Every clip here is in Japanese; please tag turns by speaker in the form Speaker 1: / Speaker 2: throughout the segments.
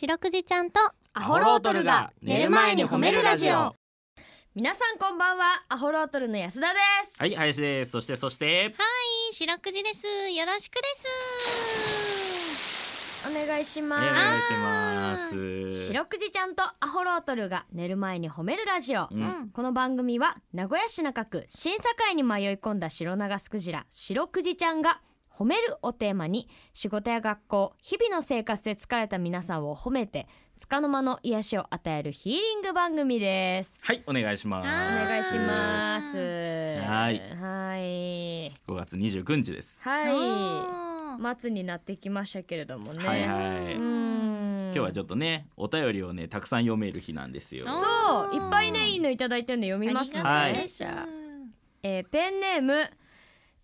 Speaker 1: 白くじちゃんと
Speaker 2: ア
Speaker 3: ホロートルが寝る前に褒めるラジオ
Speaker 2: 皆さんこんばんはアホロートルの安田です
Speaker 3: はい林ですそしてそして
Speaker 1: 白くじですよろしくです
Speaker 2: お願いし
Speaker 3: お
Speaker 2: ま
Speaker 3: 願いしま
Speaker 2: す
Speaker 3: す
Speaker 2: 白くじちゃんとアホロートルが寝る前に褒めるラジオ、
Speaker 3: うん
Speaker 2: この番組は名古屋市中区審査会に迷い込んだ白長スクジラ白くじちゃんが褒めるをテーマに仕事や学校日々の生活で疲れた皆さんを褒めて束の間の癒しを与えるヒーリング番組です
Speaker 3: はいお願いしま
Speaker 2: お
Speaker 1: は
Speaker 2: 願い
Speaker 3: す
Speaker 2: します。
Speaker 3: はい
Speaker 2: はい。
Speaker 3: 5月29日です
Speaker 2: は。
Speaker 1: はい
Speaker 2: 末になってきましたけれどもね。
Speaker 3: はいはいう
Speaker 2: ーん。
Speaker 3: 今日はちょっとねお便りをねたくさん読める日なんですよ
Speaker 1: お
Speaker 2: そういっぱいねいいのいただいてるんで読みますね。
Speaker 3: ありが
Speaker 1: とうです
Speaker 2: じゃあえーペンネーム。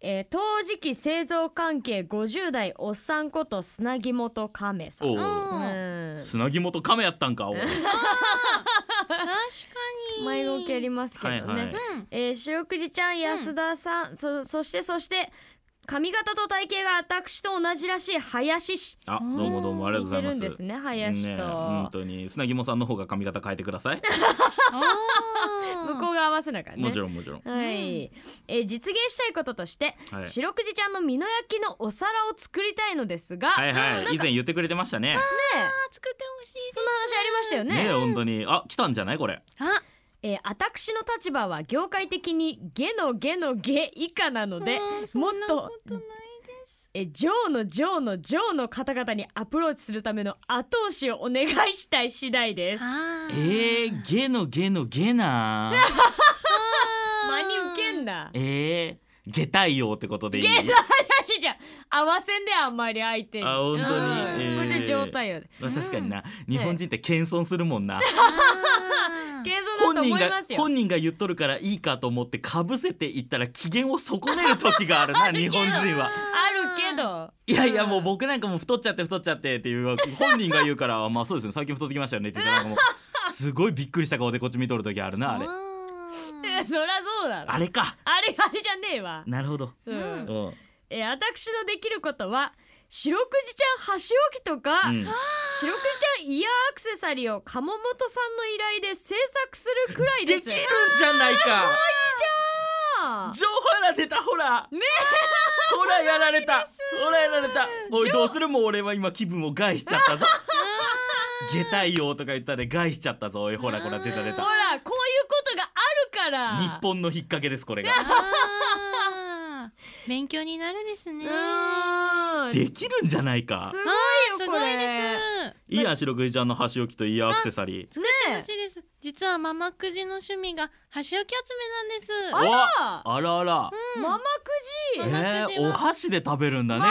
Speaker 2: えー、陶磁器製造関係50代おっさんこと砂肝と亀さん。
Speaker 3: お
Speaker 2: う
Speaker 3: お
Speaker 2: ん。
Speaker 3: 砂肝と亀やったんかおい
Speaker 1: 確かに
Speaker 2: 迷子系ありますけど
Speaker 3: は
Speaker 2: ね。
Speaker 3: いはい
Speaker 1: うん
Speaker 2: えー、白くじちゃん安田さん、そそしてそして髪型と体型が私と同じらしい林氏
Speaker 3: あどうもどうもありがとうございま
Speaker 2: 似
Speaker 3: す
Speaker 2: てるんですね林
Speaker 3: ね
Speaker 2: と、
Speaker 3: 本当に砂肝さんの方が髪型変えてください
Speaker 1: あー
Speaker 2: 向こうが合わせなからね
Speaker 3: もちろんもちろん
Speaker 2: はい、えー実現したいこととして、
Speaker 3: はい
Speaker 2: 白くじちゃんの身の焼きのお皿を作りたいのですが、
Speaker 3: はい
Speaker 2: ね
Speaker 3: はい以前言ってくれてましたね
Speaker 1: あ作ってほしいです
Speaker 2: そんな話ありましたよね
Speaker 3: ね本当にあ来たんじゃないこれ
Speaker 1: あ
Speaker 2: えー私の立場は業界的にゲのゲのゲ以下なので
Speaker 1: あーそ
Speaker 2: もっ
Speaker 1: んな
Speaker 2: と
Speaker 1: ことない
Speaker 2: えー上の上の上の方々にアプローチするための後押しをお願いしたい次第です
Speaker 1: あ
Speaker 3: えー、ゲのゲのゲな
Speaker 2: 真に受けん
Speaker 1: だ
Speaker 2: な
Speaker 3: えー、ゲ対応ってことでいい
Speaker 2: ゲだ話じゃん合わせんであんまり相手に
Speaker 3: あ本当に
Speaker 2: うん
Speaker 3: えー
Speaker 2: これじゃ状態よ
Speaker 3: まあ確かにな、日本人って謙遜するも んな、
Speaker 2: 謙
Speaker 3: 本
Speaker 2: 遜だ
Speaker 3: 人
Speaker 2: と思い
Speaker 3: が
Speaker 2: ますよ
Speaker 3: 本人が言っとるからいいかと思ってかぶせていったら機嫌を損ねる時がある な日本人は。
Speaker 2: あるけど
Speaker 3: いやいやもう僕なんかもう太っちゃって太っちゃってっていう本人が言うからまあそうですね最近太ってきましたよねって言ってなんかも うすごいびっくりした顔でこっち見とる時あるなあれ
Speaker 2: いや そりゃそうだろ
Speaker 3: あれか
Speaker 2: あれあれじゃねえわ、
Speaker 3: なるほど、
Speaker 2: うん
Speaker 1: うん
Speaker 3: うん
Speaker 2: えー私のできることは白くじちゃん箸置きとか、
Speaker 3: うん、
Speaker 2: 白くじちゃんイヤーアクセサリーを鴨本さんの依頼で制作するくらい
Speaker 3: で
Speaker 2: で
Speaker 3: きる
Speaker 2: す
Speaker 3: んじゃないか
Speaker 2: あー
Speaker 3: 情報ら出たほらねほらやられたほらやられたおいどうするもう俺は今気分を害しちゃったぞ 下対応とか言ったで害しちゃったぞおいほらほら出た出
Speaker 2: ほ
Speaker 3: た
Speaker 2: らこういうことがあるから
Speaker 3: 日本の引っ掛けですこれが
Speaker 1: あー勉強になるですね
Speaker 2: うーん
Speaker 3: できるんじゃないか
Speaker 2: すごい
Speaker 1: あーす
Speaker 2: よ
Speaker 1: ご
Speaker 2: これ
Speaker 1: いです
Speaker 3: いいや白くじちゃんの箸置きとイヤーアクセサリー
Speaker 2: ね
Speaker 1: 楽しいです実はママくじの趣味が箸置き集めなんです
Speaker 2: あ
Speaker 3: お
Speaker 2: ら
Speaker 3: あらあら、
Speaker 2: ママくじ
Speaker 1: うん
Speaker 3: え
Speaker 1: ママくじ
Speaker 3: ー、
Speaker 1: は
Speaker 3: お箸で食べるんだね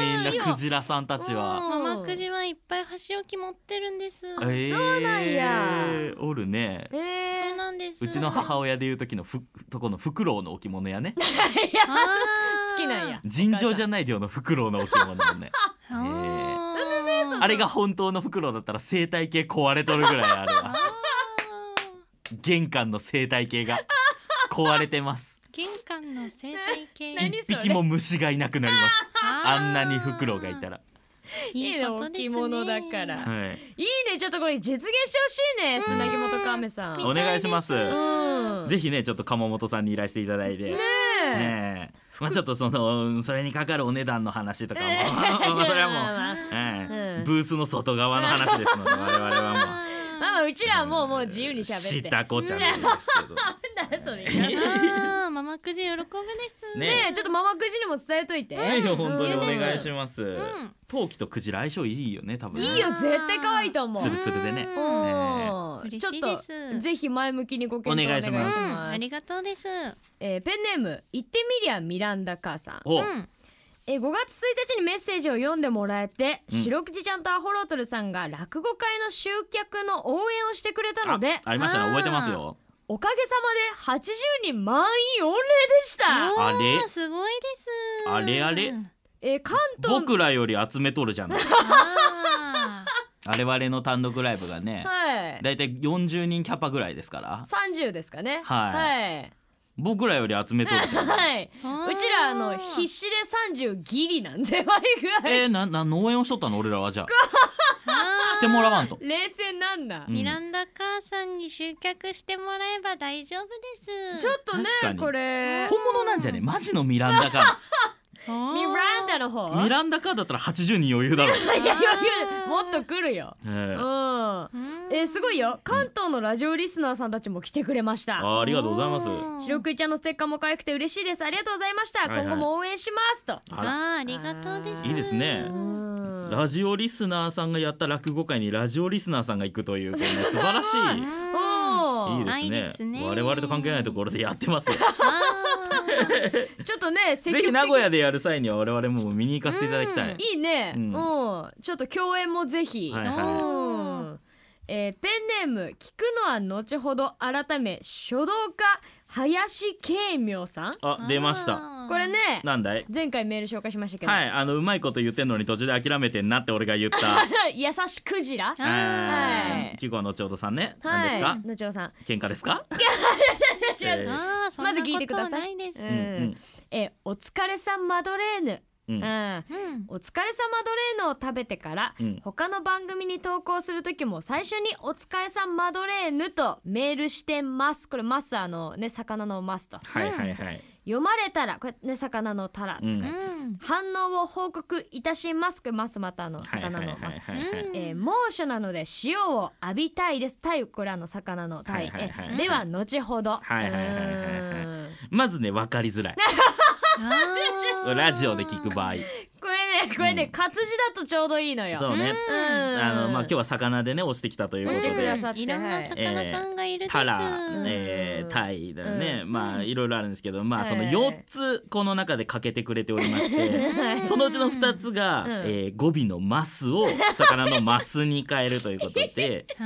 Speaker 1: いいよ
Speaker 3: みんなクジラさんたちは
Speaker 1: うんママくじはいっぱい箸置き持ってるんです
Speaker 3: えー
Speaker 2: そうなんや
Speaker 3: おるね
Speaker 2: え
Speaker 1: そう
Speaker 2: ー、
Speaker 1: なんです
Speaker 3: うちの母親でいう時のふとこのフクロウの置物やね
Speaker 2: いや
Speaker 1: あー
Speaker 2: 好きなんや
Speaker 3: 尋常じゃない量のフクロウの置物だ もんね
Speaker 1: あー
Speaker 2: うん
Speaker 3: あれが本当のフクロウだったら生態系壊れとるぐらいあるわ 玄関の生態系が壊れてます
Speaker 1: 玄関の生態系
Speaker 2: 何
Speaker 3: 一匹も虫がいなくなり ますあんなにフクロウがいた
Speaker 1: ら
Speaker 3: ら、
Speaker 1: いいことですね
Speaker 2: いいね置物だから
Speaker 3: はい、
Speaker 2: いいねちょっとこれ実現してほしいね砂肝と亀さん
Speaker 3: お願いします
Speaker 2: うん
Speaker 3: ぜひねちょっと鎌本さんに依頼していただいてね
Speaker 2: ねえ
Speaker 3: えまあちょっとそのそれにかかるお値段の話とかも
Speaker 2: ええ
Speaker 3: まあそれはもう
Speaker 2: まあまあ、
Speaker 3: え
Speaker 2: うん
Speaker 3: え、ブースの外側の話ですので我々はもう
Speaker 2: まあまあうちらはもうもう自由に喋って。
Speaker 3: しったこちゃんですけど
Speaker 2: なん だ それ。ね
Speaker 1: あーママくじ喜ぶです
Speaker 3: ね
Speaker 2: えちょっとママくじにも伝えといて。
Speaker 3: ぜひ本当にお願いし
Speaker 2: ま
Speaker 3: ます。
Speaker 1: ん
Speaker 3: 陶器とクジラ相性いいよね、多分ね。
Speaker 2: いいよ絶対可愛いと思う。
Speaker 3: つるつるでね。
Speaker 1: う
Speaker 2: う
Speaker 1: ん
Speaker 2: ん
Speaker 1: ええ
Speaker 2: ちょ
Speaker 1: 嬉
Speaker 2: っ
Speaker 1: しいで
Speaker 2: と
Speaker 1: す
Speaker 2: ぜひ前向きにご検討お願いし
Speaker 3: お願いし
Speaker 2: ます。
Speaker 1: ありがとうです
Speaker 2: えーペンネーム言ってみりゃミランダ母さん。
Speaker 3: お、
Speaker 1: うん
Speaker 2: えー5月1日にメッセージを読んでもらえて、
Speaker 3: うん
Speaker 2: 白口ちゃんとアホロートルさんが落語会の集客の応援をしてくれたので
Speaker 3: あありましたね、
Speaker 1: あー
Speaker 3: 覚えてますよ。
Speaker 2: おかげさまで80人満員御礼でした、
Speaker 1: おー
Speaker 3: あれ
Speaker 1: すごいです
Speaker 3: あれあれ
Speaker 2: えー関東の
Speaker 3: 僕らより集めとるじ ゃない。
Speaker 1: あ
Speaker 3: 我々の単独ライブがね、
Speaker 2: はい
Speaker 3: だいたい40人キャパぐらいですから、
Speaker 2: 30ですかね
Speaker 3: は僕らより集めと るじゃ
Speaker 2: はい、
Speaker 3: ない。
Speaker 2: はい
Speaker 1: ー
Speaker 2: うちらあの必死で30ギリなんで割りぐらい、
Speaker 3: えー、な、な、農園をしとったの俺らはじゃあ。
Speaker 1: あ
Speaker 3: してもらわん と。
Speaker 2: 冷静なんだ、
Speaker 3: うん
Speaker 1: ミランダ母さんに集客してもらえば大丈夫です
Speaker 2: ちょっとね
Speaker 3: 確かに
Speaker 2: これ
Speaker 3: 本物なんじゃねマジのミランダか
Speaker 2: ミランダの方
Speaker 3: ミランダかだったら80人余裕だろう、
Speaker 2: いや余裕もっと来るよ、
Speaker 3: え
Speaker 2: う
Speaker 3: え
Speaker 2: ん
Speaker 1: うん
Speaker 2: えーすごいよ関東のラジオリスナーさんたちも来てくれました
Speaker 3: あありがとうございます
Speaker 1: うん
Speaker 2: 白くいちゃんのステッカーも可愛くて嬉しいですありがとうございました、
Speaker 3: はいはい
Speaker 2: 今後も応援しますと
Speaker 3: あら
Speaker 1: あーありがとうです
Speaker 3: いいですね
Speaker 2: うん
Speaker 3: ラジオリスナーさんがやった落語会にラジオリスナーさんが行くというこの素晴らしい
Speaker 1: うん
Speaker 2: お
Speaker 3: い
Speaker 2: ー
Speaker 3: いですね
Speaker 1: いいですね
Speaker 3: 我々と関係ないところでやって ますよ
Speaker 1: あ
Speaker 2: ちょっとね積
Speaker 3: ぜ
Speaker 2: 極
Speaker 3: ひ
Speaker 2: 的
Speaker 3: 名古屋でやる際には我々も見に行かせていただきたい、
Speaker 1: うん
Speaker 2: いいね、
Speaker 3: う
Speaker 2: うんん、ちょっと共演もぜひ、
Speaker 3: はい
Speaker 1: ー
Speaker 3: は
Speaker 2: うんえーペンネーム聞くのは後ほど改め書道家林慶明さん
Speaker 3: あ出ました
Speaker 1: あー
Speaker 2: これね
Speaker 3: なんだい
Speaker 2: 前回メール紹介しましたけど、
Speaker 3: はいあのうまいこと言ってんのに途中で諦めてんなって俺が言った
Speaker 2: 優しくじら
Speaker 3: え
Speaker 2: は
Speaker 3: ー
Speaker 2: い
Speaker 3: キュコのちょうどさんね、
Speaker 2: はい
Speaker 3: 何で
Speaker 2: のちょうさん
Speaker 3: すか喧嘩ですか、え
Speaker 2: 違う
Speaker 3: ー
Speaker 1: あーそんな
Speaker 2: まず聞いてください
Speaker 1: ことないです
Speaker 2: う
Speaker 3: うんん
Speaker 2: えーお疲れさんマドレーヌ、
Speaker 3: うんうん
Speaker 2: うん
Speaker 1: うん
Speaker 2: お疲れ様ドレーヌを食べてから、
Speaker 3: うん
Speaker 2: 他の番組に投稿する時も最初に「お疲れさんマドレーヌ」とメールしてますこれマスあのね魚のマスと
Speaker 3: はいはいはい、
Speaker 2: 読まれたらこれね魚のタラ、
Speaker 3: うん
Speaker 1: うん
Speaker 2: 反応を報告いたしますこれマスまたあの
Speaker 3: はいはい
Speaker 2: 魚
Speaker 3: は
Speaker 2: の
Speaker 3: い
Speaker 2: マス、
Speaker 3: はいはい
Speaker 2: えー猛暑なので塩を浴びたいです。タイこれあの魚のタイ、
Speaker 3: はいはいはい
Speaker 2: えでは後ほど。
Speaker 3: はいはいはいはいはいう
Speaker 2: ーん
Speaker 3: まずね分かりづらい
Speaker 1: あー
Speaker 3: ラジオで聞く場合
Speaker 2: これねこれね、
Speaker 3: うん
Speaker 2: 活字だとちょうどいいのよ。
Speaker 3: そうね、
Speaker 2: うん。
Speaker 3: あのまあ今日は魚でね押してきたというこ
Speaker 2: 教
Speaker 3: と
Speaker 2: え
Speaker 3: で、
Speaker 2: てくださっ
Speaker 1: う
Speaker 2: て
Speaker 1: んいろんな魚さんがいるです
Speaker 3: タラ、
Speaker 2: ん
Speaker 3: えー、タイだね、まあいろいろあるんですけどまあその
Speaker 2: ええ
Speaker 3: 4つこの中で欠けてくれておりま して。
Speaker 2: はい
Speaker 3: そのうちの2つが、
Speaker 2: うん
Speaker 3: えー語尾のマスを魚のマスに変えるということで
Speaker 1: あ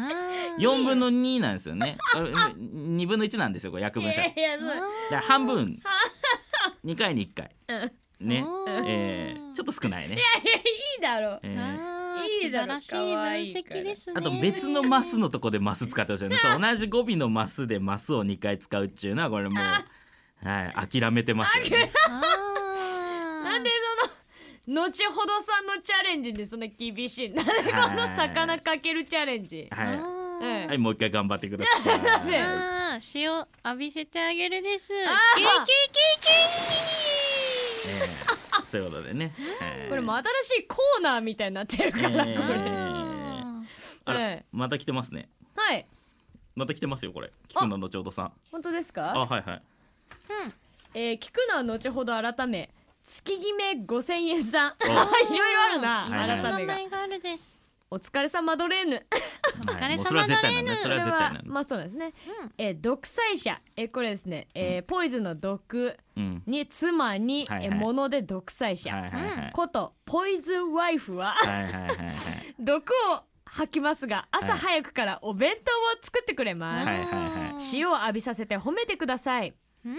Speaker 1: ー
Speaker 3: 4分の2なんですよね2分の1なんですよこれ約
Speaker 2: い
Speaker 3: 分したら
Speaker 2: やいやそう。
Speaker 3: だから半分2回に1回ね
Speaker 1: お、ー
Speaker 3: えー、ちょっと少ないね、
Speaker 2: いいだろう。
Speaker 3: えー
Speaker 1: あー
Speaker 2: いい
Speaker 1: 素
Speaker 2: だ
Speaker 1: 晴
Speaker 2: ろ
Speaker 1: らしい分析ですね
Speaker 3: あと別のマスのとこでマス使ってほしいね。そう同じ語尾のマスでマスを2回使うっていうのはこれもうはい諦めてますよ、ね。
Speaker 1: な
Speaker 2: なんでその後ほどさんのチャレンジでそんな厳しい。なんでこ
Speaker 3: はい
Speaker 2: の魚かけるチャレンジ。
Speaker 3: はい、
Speaker 2: え
Speaker 3: はい、もう一回頑張ってください。は
Speaker 1: あー塩浴びせてあげるです
Speaker 2: あー
Speaker 1: ケーキ
Speaker 3: いえーそういうことでね。はい
Speaker 2: これもう新しいコーナーみたいになってるから。
Speaker 3: え
Speaker 2: これ
Speaker 3: ーあ
Speaker 2: は
Speaker 3: ら
Speaker 2: い
Speaker 3: また来てますね。
Speaker 2: はい。
Speaker 3: また来てますよこれ。聞くの後ほどさん。
Speaker 2: 本当です
Speaker 3: あ
Speaker 2: か。
Speaker 3: はいはい。
Speaker 2: えー、聞くのは後ほど改め。月決め五千円さん。い ろいろあるな。
Speaker 3: はいはい
Speaker 2: 改
Speaker 1: 名
Speaker 2: めが。
Speaker 1: 前があるです
Speaker 2: お疲れさマドレーヌ。
Speaker 1: お疲
Speaker 3: はい
Speaker 1: れ
Speaker 3: もうそれ
Speaker 1: 様
Speaker 3: は
Speaker 1: だ
Speaker 3: 絶
Speaker 1: ね
Speaker 3: 対なんだ。そ
Speaker 2: こ
Speaker 3: れ
Speaker 2: れ
Speaker 3: は絶対な
Speaker 2: は
Speaker 3: んだ。
Speaker 2: まあそうなんですね。えー、独裁者。えー、これですね。えー、ポイズンの毒。
Speaker 3: うん。
Speaker 2: に妻に、
Speaker 3: はいはい
Speaker 2: え物で独裁者、
Speaker 3: はいはいはい。はい
Speaker 2: ことポイズンワイフは
Speaker 3: はいはいはいはい。
Speaker 2: 毒を吐きますが朝早くからお弁当を作ってくれます、
Speaker 3: はいはいはい
Speaker 2: 塩を浴びさせて褒めてください、
Speaker 1: うん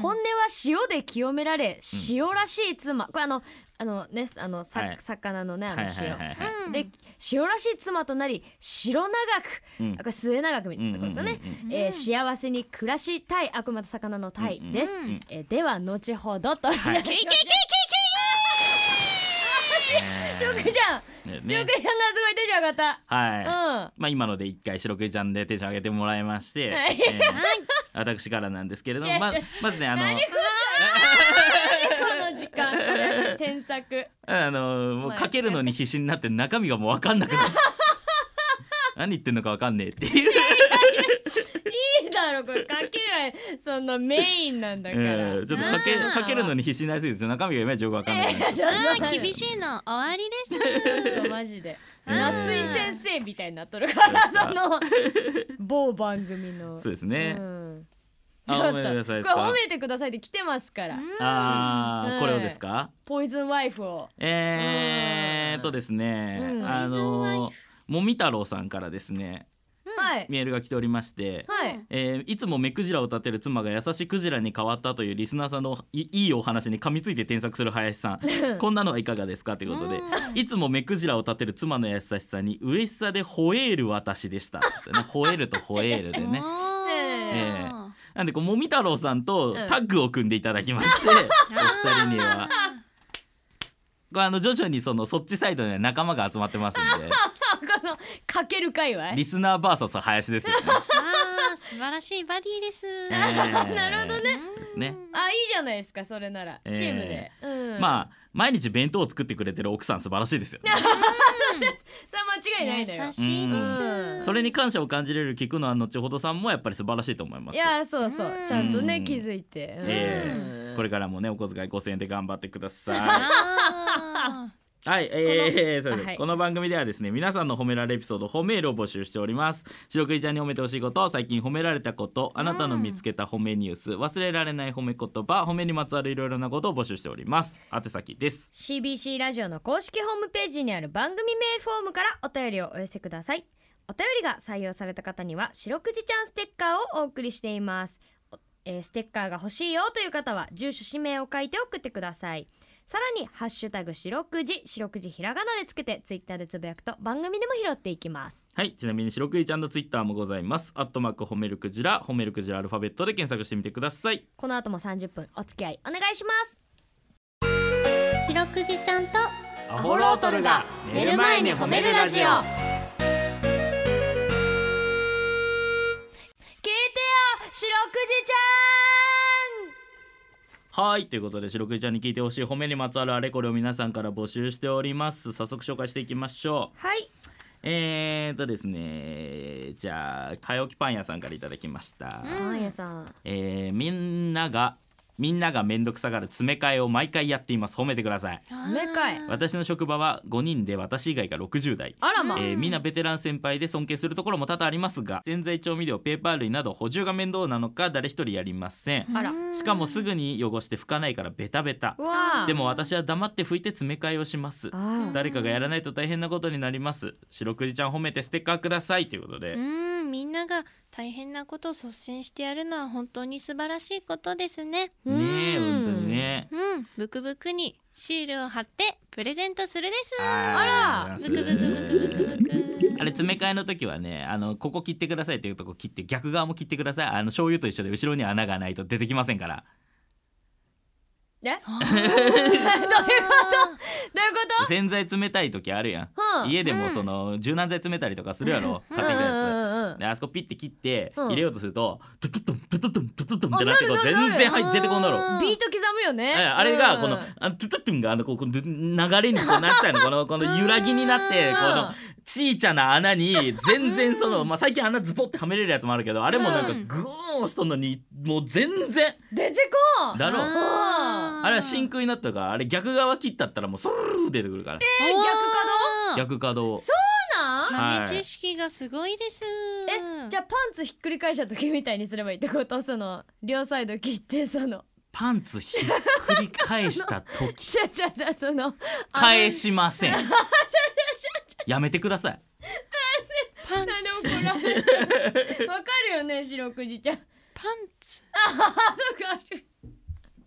Speaker 2: 本音は塩で清められ塩らしい妻、これあのあのねあのさ、
Speaker 3: はい
Speaker 2: 魚のねあ
Speaker 3: は
Speaker 2: の
Speaker 3: い
Speaker 2: 塩、
Speaker 3: はいはいはい。
Speaker 1: うん
Speaker 2: で塩らしい妻となり白長く、
Speaker 3: うん
Speaker 2: あこれ末長くみたいなことですよね、
Speaker 3: うん
Speaker 2: えー幸せに暮らしたいあくまで魚のタイです、
Speaker 1: うん
Speaker 3: うん
Speaker 2: えーでは後ほどと、
Speaker 3: はい
Speaker 2: いけいけいけいけいけよくじゃん
Speaker 3: うんうんね
Speaker 2: よくやんがすごいテンション上がっ
Speaker 3: はい。
Speaker 2: たうん
Speaker 3: まあ、今ので一回白くじちゃんでテンション上げてもらいまして、
Speaker 2: はい
Speaker 3: えー私からなんですけれども、ま
Speaker 2: いや
Speaker 3: まずねあの
Speaker 2: 何この時間添削
Speaker 3: あのもう
Speaker 2: まあ
Speaker 3: かけるのに必死になって中身がもう分かんなく なる何言ってんのか分かんねえっていう
Speaker 2: いいだろこれかけないそのメインなんだから、
Speaker 3: えーちょっとかけ
Speaker 2: うん
Speaker 3: かけるのに必死になりすぎて中身がいまいちよく分かんなくなっちゃっ
Speaker 1: あー
Speaker 2: はい
Speaker 1: 厳しいの終わりです
Speaker 2: ちょっとマジで
Speaker 3: うん
Speaker 2: 夏井先生みたいになっとるから
Speaker 3: そう
Speaker 2: その某番組の
Speaker 3: たそうですね、
Speaker 2: うんち
Speaker 3: あ
Speaker 2: ょっと
Speaker 3: ごめんなさいです
Speaker 2: これ
Speaker 3: か
Speaker 2: 褒めてくださいって来てますから
Speaker 3: あー、
Speaker 2: うん
Speaker 3: これをですか
Speaker 2: ポイズンワイフを
Speaker 3: えー、っとですね、
Speaker 2: うん
Speaker 3: あのもみ太郎さんからですね
Speaker 2: はい
Speaker 3: メールが来ておりまして、
Speaker 2: はい
Speaker 3: えーいつも目くじらを立てる妻が優しクジラに変わったというリスナーさんのいいいお話に噛みついて添削する林 さんこんなのはいかがですかということでいつも目くじらを立てる妻の優しさに嬉しさで吠える私でした、ね、吠えると吠えるで ね
Speaker 1: おー
Speaker 3: えなんでこうもみ太郎さんと
Speaker 2: うん
Speaker 3: タッグを組んでいただきま して、お二人には これあの徐々にそのそっちサイドで仲間が集まってますんで
Speaker 2: のかける界隈
Speaker 3: リスナーバーサス林ですよね。
Speaker 1: あー素晴らしいバディです、
Speaker 3: えー
Speaker 2: なるほどね
Speaker 1: うん
Speaker 3: ですね
Speaker 2: あいいじゃないですかそれなら、
Speaker 3: えー
Speaker 2: チームで、うん、あ
Speaker 3: まあ毎日弁当を作ってくれてる奥さん素晴らしいですよね。
Speaker 2: それは間違いないのよ
Speaker 1: 優しいで
Speaker 2: う
Speaker 1: す
Speaker 3: それに感謝を感じれる聞くのは後ほどさんもやっぱり素晴らしいと思いま
Speaker 2: い
Speaker 3: す。
Speaker 2: やそうそう
Speaker 1: うん
Speaker 2: ちゃんとね気づいて、
Speaker 3: え
Speaker 2: うん
Speaker 3: えこれからもねお小遣い5000円で頑張ってくだ さい。
Speaker 1: あー
Speaker 3: はい、えー、
Speaker 2: この
Speaker 3: そうです、
Speaker 2: はい
Speaker 3: この番組ではですね皆さんの褒められエピソード褒めールを募集しております白くじちゃんに褒めてほしいこと最近褒められたことあなたの見つけた褒めニュース、忘れられない褒め言葉褒めにまつわるいろいろなことを募集しております宛先です
Speaker 2: CBC ラジオの公式ホームページにある番組メールフォームからお便りをお寄せくださいお便りが採用された方には白くじちゃんステッカーをお送りしています、おえーステッカーが欲しいよという方は住所氏名を書いて送ってくださいさらにハッシュタグ白くじ白くじひらがなでつけてツイッターでつぶやくと番組でも拾っていきます
Speaker 3: はいちなみに白くじちゃんのツイッターもございますアットマーク褒めるクジラ褒めるクジラアルファベットで検索してみてください
Speaker 2: この後も30分お付き合いお願いします
Speaker 1: 白くじちゃんと
Speaker 3: ア
Speaker 2: ホロートルが寝る前に褒めるラジオ聞いてよ白くじち
Speaker 3: はいということで白くじちゃんに聞いてほしい褒めにまつわるあれこれを皆さんから募集しております早速紹介していきましょう
Speaker 2: ゃんはい
Speaker 3: えーとですねじゃあ早起きパン屋さんからいただきました、
Speaker 1: うん
Speaker 2: パン屋さん
Speaker 3: えーみんながみんなが面倒くさがる詰め替えを毎回やっています褒めてください
Speaker 2: 詰め替え
Speaker 3: 私の職場は5人で私以外が60代
Speaker 2: あらま、
Speaker 3: えーみんなベテラン先輩で尊敬するところも多々ありますが洗剤調味料ペーパー類など補充が面倒なのか誰一人やりません
Speaker 2: あら
Speaker 3: しかもすぐに汚して拭かないからベタベタ
Speaker 2: うわあ
Speaker 3: でも私は黙って拭いて詰め替えをします
Speaker 2: あ
Speaker 3: 誰かがやらないと大変なことになります白くじちゃん褒めてステッカーくださいということで、
Speaker 1: うんみんなが大変なことを率先してやるのは本当に素晴らしいことですね
Speaker 2: ら
Speaker 3: ねえ本当にね
Speaker 1: うんブクブクにシールを貼ってプレゼントするです
Speaker 3: あ
Speaker 2: ら
Speaker 3: ー
Speaker 1: ブクブクブクブクブク
Speaker 3: あれ詰め替えの時はねあのここ切ってくださいっていうとこ切って逆側も切ってくださいあの醤油と一緒で後ろに穴がないと出てきませんから
Speaker 2: えどういう
Speaker 1: あー
Speaker 2: こ
Speaker 3: 洗剤冷たい時あるやん
Speaker 2: と、うん、
Speaker 3: 家でも
Speaker 1: うん
Speaker 3: その柔軟剤詰めたりとかするやろ
Speaker 2: うん
Speaker 3: 買
Speaker 2: う
Speaker 3: って
Speaker 2: ん
Speaker 3: くるや
Speaker 2: うんう
Speaker 3: つ
Speaker 2: ん
Speaker 3: であそこピッて切って
Speaker 2: うん
Speaker 3: 入れようとするとトゥトゥトゥトゥトゥトゥトゥトゥってなってこう
Speaker 2: あなるなる
Speaker 3: 全
Speaker 2: なる
Speaker 3: 然入出てこんだろ
Speaker 1: あー
Speaker 2: ビート刻むよね
Speaker 3: えあれが
Speaker 2: うん
Speaker 3: この、あのトゥトゥトゥンがあのこうこの流れにこうなってたのこのこの揺らぎになって
Speaker 2: うん
Speaker 3: このちいちゃな穴に全然その、まあ、最近穴ズポってはめれるやつもあるけどあれもなんか
Speaker 1: うん
Speaker 3: グーン押したのにもう全然
Speaker 2: 出てこん
Speaker 3: だろう
Speaker 1: あー
Speaker 3: あれは真空になったからあれ逆側切ったったらもうスルー出てくるから
Speaker 1: えー
Speaker 2: 逆
Speaker 1: 逆
Speaker 3: 逆角を
Speaker 2: そなん
Speaker 1: 豆
Speaker 3: はい
Speaker 1: 知識がすごいです
Speaker 2: えじゃあパンツひっくり返した時みたいにすればいいってことその両サイド切ってその
Speaker 3: パンツひっくり返した時
Speaker 2: じゃじゃじゃその
Speaker 3: 返しませ んやめてください
Speaker 1: パン
Speaker 2: なんで怒られるわかるよね白くじちゃん
Speaker 1: パンツ
Speaker 2: あそうか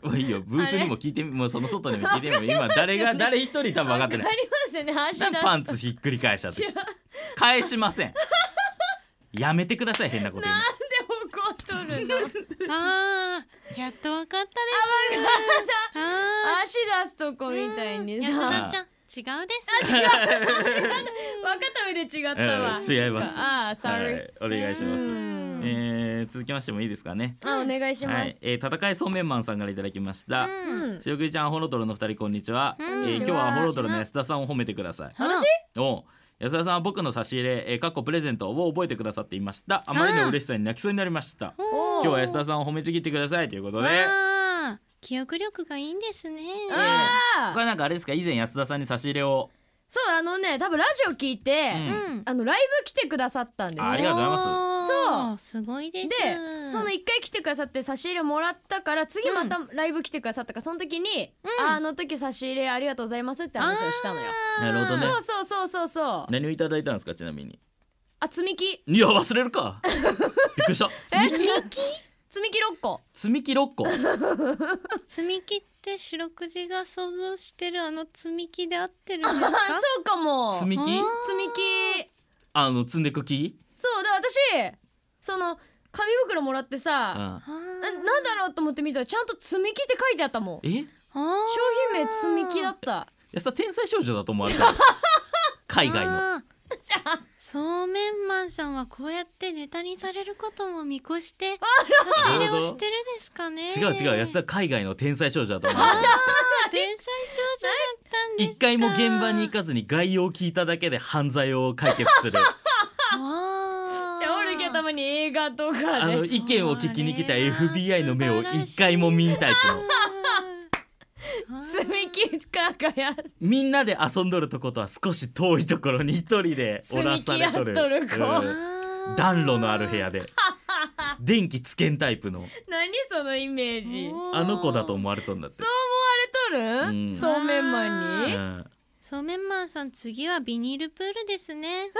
Speaker 3: おいいよブースにも聞いてみもうその外にも聞いてみも 今誰が誰一人多分分かってない
Speaker 2: わかりますよね足だ
Speaker 3: なんパンツひっくり返した時
Speaker 2: 違う
Speaker 3: 返しませんやめてください変なこと言う の
Speaker 2: なんで怒っとる の
Speaker 1: あーやっとわかったです あ
Speaker 2: 足出すとこみたい
Speaker 1: ー
Speaker 2: にさ
Speaker 1: 安
Speaker 2: 分か
Speaker 1: 田ちゃん違うです
Speaker 2: った上で違ったわ、
Speaker 3: うん違います
Speaker 2: ああ sorry、
Speaker 3: はいお願いしま
Speaker 2: う
Speaker 3: す、
Speaker 2: ん
Speaker 3: えー、続きましてもいいですかね
Speaker 2: あお願いします、
Speaker 3: はい、えー、戦いそうめんマンさんからいただきました、
Speaker 2: う
Speaker 1: うん
Speaker 2: ん、
Speaker 3: 白くじちゃんアホロトロの二人こんにちは、
Speaker 1: うん
Speaker 3: えー今日はアホロトロの安田さんを褒めてください
Speaker 1: 話
Speaker 3: おう安田さんは僕の差し入れ、えー、かっこプレゼントを覚えてくださっていましたあまりの嬉しさに泣きそうになりました
Speaker 2: おー
Speaker 3: 今日は安田さんを褒めちぎってくださいということで
Speaker 1: わあ記憶力がいいんですね
Speaker 2: あ
Speaker 3: こ
Speaker 2: ー
Speaker 3: れなんかあれですか以前安田さんに差し入れを
Speaker 2: そうあのね多分ラジオ聞いて、
Speaker 3: うん
Speaker 1: ん
Speaker 2: あのライブ来てくださったんです
Speaker 3: ありが
Speaker 2: よ
Speaker 3: とうございます
Speaker 1: そうすごいです
Speaker 2: でその一回来てくださって差し入れもらったから次またライブ来てくださったからその時に、
Speaker 1: うん
Speaker 2: ああの時差し入れありがとうございますって話をしたのよ
Speaker 3: なるほどね
Speaker 2: そうそうそうそうそう
Speaker 3: 何をいただいたんですかちなみに
Speaker 2: あ積み木
Speaker 3: いや忘れ るかびっくりした積み
Speaker 2: 積み木六個
Speaker 3: 積み木6個
Speaker 1: 積み木って白くじが想像してるあの積み木で合ってるんですか
Speaker 2: あ そうかも
Speaker 3: 積み木
Speaker 1: あー
Speaker 2: 積み木
Speaker 3: あの積んでく木、
Speaker 2: そうだから私その紙袋もらって
Speaker 3: う
Speaker 2: さ、
Speaker 3: ん、
Speaker 2: ななんだろうと思って見たらちゃんと積み木って書いてあったもん
Speaker 3: え
Speaker 2: 商品名積み木だった
Speaker 3: 安田天才少女だと思われた海外の
Speaker 1: の
Speaker 2: じゃん
Speaker 1: そうめんマンさんはこうやってネタにされることも見越して差し入れをしてるですかね
Speaker 3: 違う違う安田海外の天才少女だと思う
Speaker 1: 天才少女だったんですか
Speaker 3: 一回も現場に行かずに概要を聞いただけで犯罪を解決 する
Speaker 1: わー
Speaker 2: じゃあオルゲ たまに映画と
Speaker 3: あ
Speaker 2: か
Speaker 3: の
Speaker 2: ね
Speaker 3: 意見を聞きに来
Speaker 1: そ
Speaker 3: た
Speaker 1: れは
Speaker 3: FBI の目を
Speaker 1: 素晴らしい
Speaker 3: 一回も見んタイプの
Speaker 1: うん
Speaker 2: 積み木かがやっ
Speaker 3: みんなで遊んどるとことは少し遠いところに一人でおらされとる
Speaker 2: 住み木やっとる
Speaker 3: うん
Speaker 1: あー
Speaker 3: 暖炉のある部屋 で電気つけんタイプの
Speaker 2: 何そのイメージ
Speaker 1: おー
Speaker 3: あの子だと思われとるんだって
Speaker 2: そう思われとる、
Speaker 3: うん
Speaker 2: そうめんマンに、
Speaker 3: うん
Speaker 1: そうめんマンさん次はビニールプールですね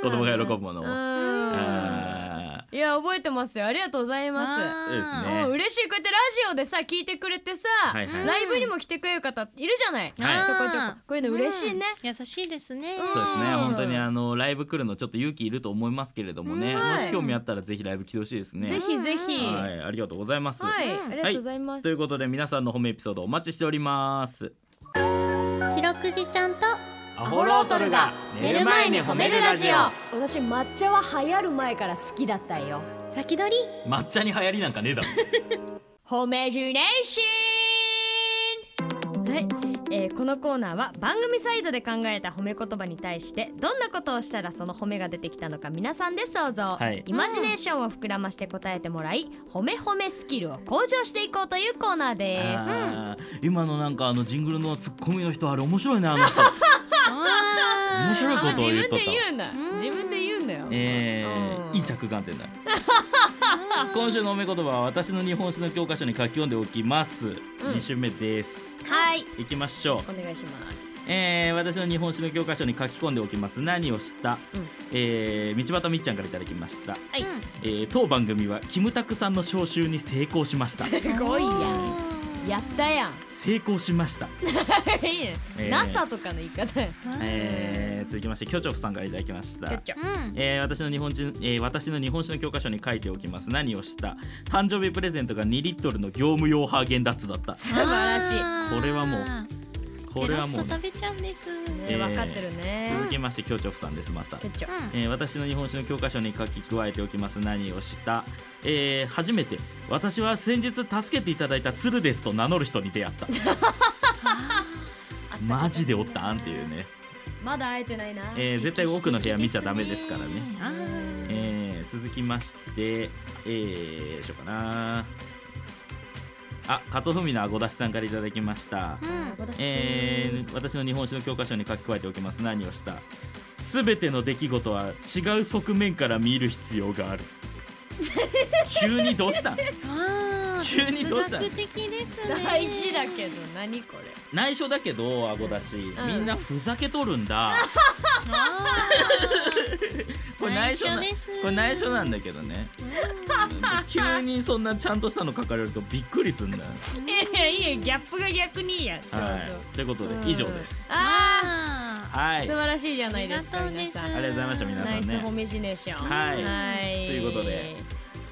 Speaker 3: 子供が喜ぶもの
Speaker 2: う
Speaker 3: を
Speaker 2: ん
Speaker 3: あ
Speaker 2: いや覚えてますよありがとうございま
Speaker 1: わ
Speaker 2: す
Speaker 1: ー
Speaker 3: そうですね
Speaker 2: うん嬉しいこうやってラジオでさ聞いてくれてさ、
Speaker 3: ーはいはい
Speaker 2: ライブにも来てくれる方いるじゃない、
Speaker 3: はい
Speaker 1: あー
Speaker 2: ちょこちょここういうの嬉しいね、
Speaker 1: うん優しいですね
Speaker 2: うん
Speaker 3: そうですね
Speaker 2: うん
Speaker 3: 本当にあのライブ来るのちょっと勇気いると思いますけれどもね、
Speaker 1: うん
Speaker 2: はい
Speaker 3: もし興味あったらぜひライブ来てほしいですね
Speaker 2: ぜひぜひ、
Speaker 1: うん
Speaker 3: は
Speaker 2: はい、
Speaker 3: いありがとうございます、
Speaker 1: うん
Speaker 2: ありがとうございます、
Speaker 3: ということで皆さんの褒めエピソードお待ちしております
Speaker 1: 白くじちゃんと
Speaker 3: ア
Speaker 2: ホロートルが
Speaker 1: 寝る前に褒めるラジオ
Speaker 2: 私抹茶は流行る前から好きだったんよ
Speaker 1: 先取り
Speaker 3: 抹茶に流行りなんかねえだ ろ
Speaker 2: ホメジュネーションはい、えーこのコーナーは番組サイドで考えた褒め言葉に対してどんなことをしたらその褒めが出てきたのか皆さんで想像、
Speaker 3: はい
Speaker 2: イマジネーションを膨らまして答えてもらい褒め褒めスキルを向上していこうというコーナーです
Speaker 3: あー今のなんかあのジングルのツッコミの人あれ面白いねあ の人面白いことを言っとった
Speaker 2: 自分で言うな
Speaker 1: うん
Speaker 2: 自分で言うんだよ、
Speaker 3: え
Speaker 2: う
Speaker 3: ー、
Speaker 2: ん
Speaker 3: いい着眼点だ今週のおめ言葉は私の日本史の教科書に書き込んでおきます、二週目です
Speaker 2: はい
Speaker 3: いきましょう
Speaker 2: お願いします
Speaker 3: えー私の日本史の教科書に書き込んでおきます何をした、
Speaker 2: うん
Speaker 3: えー道端みっちゃんからいただきました、
Speaker 2: はい
Speaker 3: えー当番組はキムタクさんの招集に成功しま した
Speaker 2: すごいやんやったやん
Speaker 3: 成功しました、
Speaker 2: いいね、
Speaker 3: えー
Speaker 2: NASA とかの言い方や
Speaker 3: えー続きましてキョチョフさんからいただきました
Speaker 2: ちょちょ
Speaker 1: うん
Speaker 3: えー私の日本人、えー私の日本史の教科書に書いておきます何をした誕生日プレゼントが2リットルの業務用ハーゲンダッツだった
Speaker 2: 素晴らしい
Speaker 1: あー
Speaker 3: これはもうこれはもう、
Speaker 1: ペロッと食べちゃうんです
Speaker 3: え
Speaker 2: ね、
Speaker 3: ー
Speaker 2: 分かってるね。
Speaker 3: 続きましてキョチョフさんですまた
Speaker 2: ちょちょ
Speaker 1: うん
Speaker 3: えー私の日本史の教科書に書き加えておきます何をした、えー初めて私は先日助けていただいた鶴ですと名乗る人に出会った マジでおったんっていうね、
Speaker 2: まだ会えてないな。
Speaker 3: えー絶対奥の部屋見ちゃダメですからね、
Speaker 1: あー
Speaker 3: えー続きましてえー、どうしようかなあカツオフミのあごだしさんからいただきました、
Speaker 1: うん
Speaker 2: 私
Speaker 3: えー私の日本史の教科書に書き加えておきます何をした全ての出来事は違う側面から見る必要がある急にどうしたん
Speaker 1: あー
Speaker 3: 急にどうした
Speaker 1: 哲学的ですね
Speaker 2: 大事だけど何これ。
Speaker 3: 内緒だけどあごだし、
Speaker 2: ん
Speaker 3: みんなふざけとるんだ
Speaker 1: あー
Speaker 3: これ内緒な
Speaker 1: 内緒です
Speaker 3: これ内緒なんだけどね急にそんなちゃんとしたの書かれるとびっくりすんだよ、
Speaker 2: いやいやギャップが逆にいいや。ちょう
Speaker 3: はい、ということで
Speaker 2: ど。
Speaker 3: 以上です、
Speaker 2: うん。あ
Speaker 1: あ
Speaker 3: は
Speaker 2: あ
Speaker 3: い
Speaker 2: 素晴らしいじゃないです
Speaker 1: ありがとう
Speaker 2: か皆
Speaker 1: です
Speaker 2: さん。
Speaker 3: ありがとうございました皆さ
Speaker 2: ナイ
Speaker 3: ん
Speaker 2: ス
Speaker 3: ね
Speaker 2: ホメジネーション。
Speaker 3: はい
Speaker 2: はい
Speaker 3: ということで。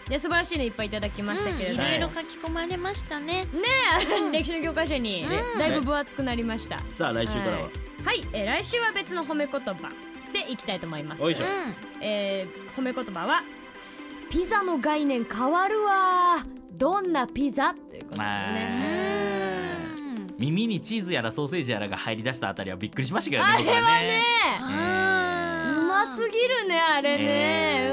Speaker 2: で素晴らしいのいっぱいいただき
Speaker 1: ー
Speaker 2: ましたけれ
Speaker 1: うん
Speaker 2: ども
Speaker 1: いろいろ書き込まれましたね
Speaker 2: ね歴史の教科書に
Speaker 1: うん
Speaker 2: だいぶ分厚くなりました。
Speaker 3: さあ来週からは、
Speaker 2: はい、えー来週は別の褒め言葉でいきたいと思います。
Speaker 3: おいしょ
Speaker 2: えー褒め言葉はピザの概念変わるわどんなピザということ
Speaker 1: うん
Speaker 2: で
Speaker 3: まあ
Speaker 2: ね
Speaker 1: うん
Speaker 3: 耳にチーズやらソーセージやらが入り出したあたりはびっくりしましたけどね
Speaker 2: あれ
Speaker 3: 僕
Speaker 2: はね
Speaker 1: あ
Speaker 2: う
Speaker 1: ー
Speaker 2: ますぎるねあれね
Speaker 3: ね
Speaker 2: う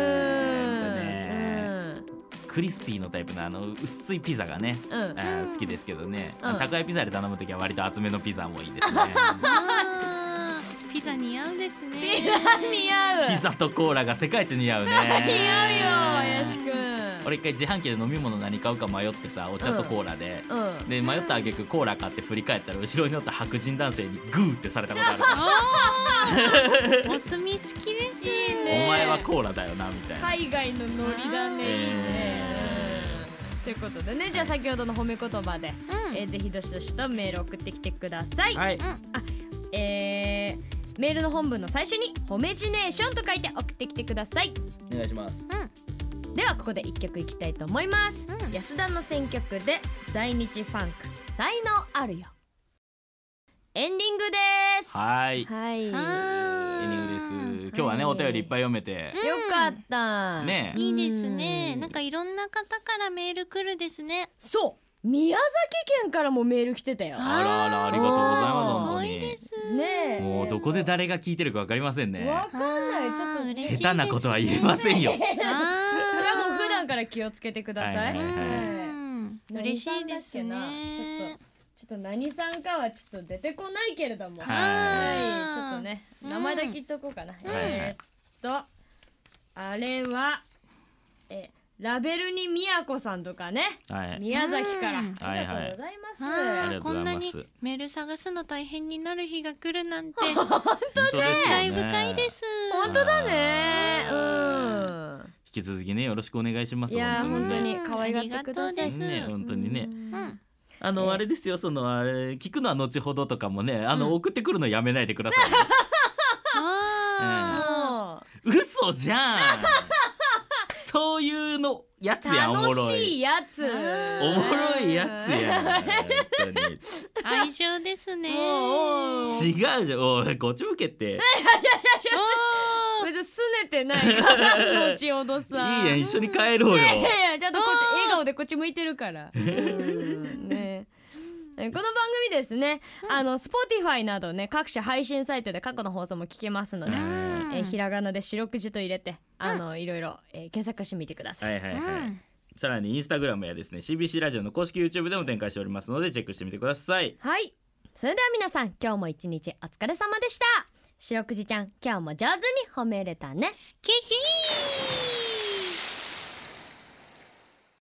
Speaker 2: ん
Speaker 3: クリスピーのタイプのあの薄いピザがね、
Speaker 2: うん
Speaker 3: あー好きですけどね、
Speaker 2: うん
Speaker 3: 宅配ピザで頼むときは割と厚めのピザもいいですね
Speaker 1: あーピザ似合うですね。
Speaker 2: ピザ似合う
Speaker 3: ピザとコーラが世界一似合うね
Speaker 2: 似合うよ林くん
Speaker 3: 俺一回自販機で飲み物何買うか迷ってさお茶とコーラで、
Speaker 2: うん
Speaker 3: で迷った挙句コーラ買って振り返ったら後ろに乗った白人男性にグーってされたことある
Speaker 1: お墨付きです。
Speaker 2: いいね
Speaker 3: お前はコーラだよなみたいな、
Speaker 2: 海外のノリだねいいね
Speaker 3: え
Speaker 2: うんということでねじゃあ先ほどの褒め言葉で、
Speaker 1: うん
Speaker 2: えーぜひどしどしとメール送ってきてください
Speaker 3: はい、
Speaker 2: えーメールの本文の最初に「ホメジネーション」と書いて送ってきてください
Speaker 3: お願いします
Speaker 2: ではここで一曲いきたいと思います、
Speaker 1: うん
Speaker 2: 安田の選曲で在日ファンク才能あるよエンディングです
Speaker 3: はい
Speaker 2: は
Speaker 3: エニ
Speaker 2: いよ
Speaker 3: グです
Speaker 1: は
Speaker 3: 今日はね
Speaker 2: はい
Speaker 3: お便りいっぱい読めて
Speaker 1: い
Speaker 2: かった
Speaker 3: ね
Speaker 1: いいですね
Speaker 2: うん
Speaker 1: なんかいろんな方からメール来るですね
Speaker 2: そう宮崎県からもメール来てたよ
Speaker 3: あらあらありがとうございます
Speaker 1: ー
Speaker 3: 本当
Speaker 1: すごいで
Speaker 3: に
Speaker 1: す
Speaker 2: ねえ
Speaker 3: もうどこで誰が聞いてるかわかりませんね
Speaker 2: わかんないちょっと
Speaker 1: 嬉しい
Speaker 3: 下手なことは言えませんよ
Speaker 2: それはもう普段
Speaker 1: あ
Speaker 2: から気をつけてください、
Speaker 3: はいはいは
Speaker 1: ー
Speaker 3: い
Speaker 1: うん
Speaker 2: うん
Speaker 1: 嬉しいです
Speaker 2: 何さんだっけなちょ
Speaker 1: ね
Speaker 2: っとちょっと何さんかはちょっと出てこないけれども
Speaker 3: はい
Speaker 2: はいちょっとね
Speaker 1: うん
Speaker 2: 名前だけ言っとこうかな、
Speaker 3: ん
Speaker 2: えーっとあれはえラベルに宮子さんとかね
Speaker 3: はい
Speaker 2: 宮崎から
Speaker 1: うん
Speaker 2: ありがとうございます、
Speaker 3: あ
Speaker 1: は
Speaker 3: り
Speaker 1: い
Speaker 3: がと
Speaker 1: こ
Speaker 3: うんござ
Speaker 1: ない
Speaker 3: ま
Speaker 1: に
Speaker 3: す
Speaker 1: メール探すの大変になる日が来る なんて
Speaker 3: 本当ですよ
Speaker 1: 感
Speaker 3: ね
Speaker 1: 慨深いです
Speaker 2: 本当だねう
Speaker 3: は
Speaker 2: ん
Speaker 3: 引き続きねよろしくお願いします
Speaker 2: いやー
Speaker 1: 本当
Speaker 2: 本当
Speaker 1: に
Speaker 2: に
Speaker 1: ね
Speaker 2: 可愛がってくだ
Speaker 1: ありが
Speaker 2: さ
Speaker 1: とうで
Speaker 2: い
Speaker 1: す
Speaker 3: ね本当にね
Speaker 1: うん
Speaker 3: あ
Speaker 2: え
Speaker 3: の
Speaker 2: ー
Speaker 3: あれですよそのあれ聞くのは後ほどとかもねあ
Speaker 1: うん
Speaker 3: の送ってくるのやめないでくださいね
Speaker 1: あ
Speaker 2: もう
Speaker 3: 嘘じゃんそういうのやつやんおも
Speaker 2: 楽
Speaker 3: ろ
Speaker 2: し
Speaker 3: い
Speaker 2: いやつ
Speaker 3: おもろいやつやん本
Speaker 1: ー愛情ですね
Speaker 2: おーお
Speaker 1: お
Speaker 2: ー
Speaker 3: 当に違うじゃんおいこっち向け
Speaker 1: ー
Speaker 3: て
Speaker 2: 別に拗ねてないから 後ほど
Speaker 3: いい
Speaker 2: さ
Speaker 3: やん一緒に帰ろうよ
Speaker 2: いやいやいやちゃんとこっち笑顔でこっち向いてる からうんねえこの番組ですね、あの Spotify などね各社配信サイトで過去の放送も聞けますので、
Speaker 3: うん
Speaker 2: えひらがなで四六時と入れてあの、いろいろ、えー検索してみてくださ
Speaker 3: は
Speaker 2: い、
Speaker 3: いはいはい、
Speaker 1: うん
Speaker 3: さらにインスタグラムやですね CBC ラジオの公式 YouTube でも展開しておりますのでチェックしてみてください
Speaker 2: はい。それでは皆さん、今日も一日お疲れ様でした。白くじちゃん、今日も上手に褒めれたね。
Speaker 1: キキー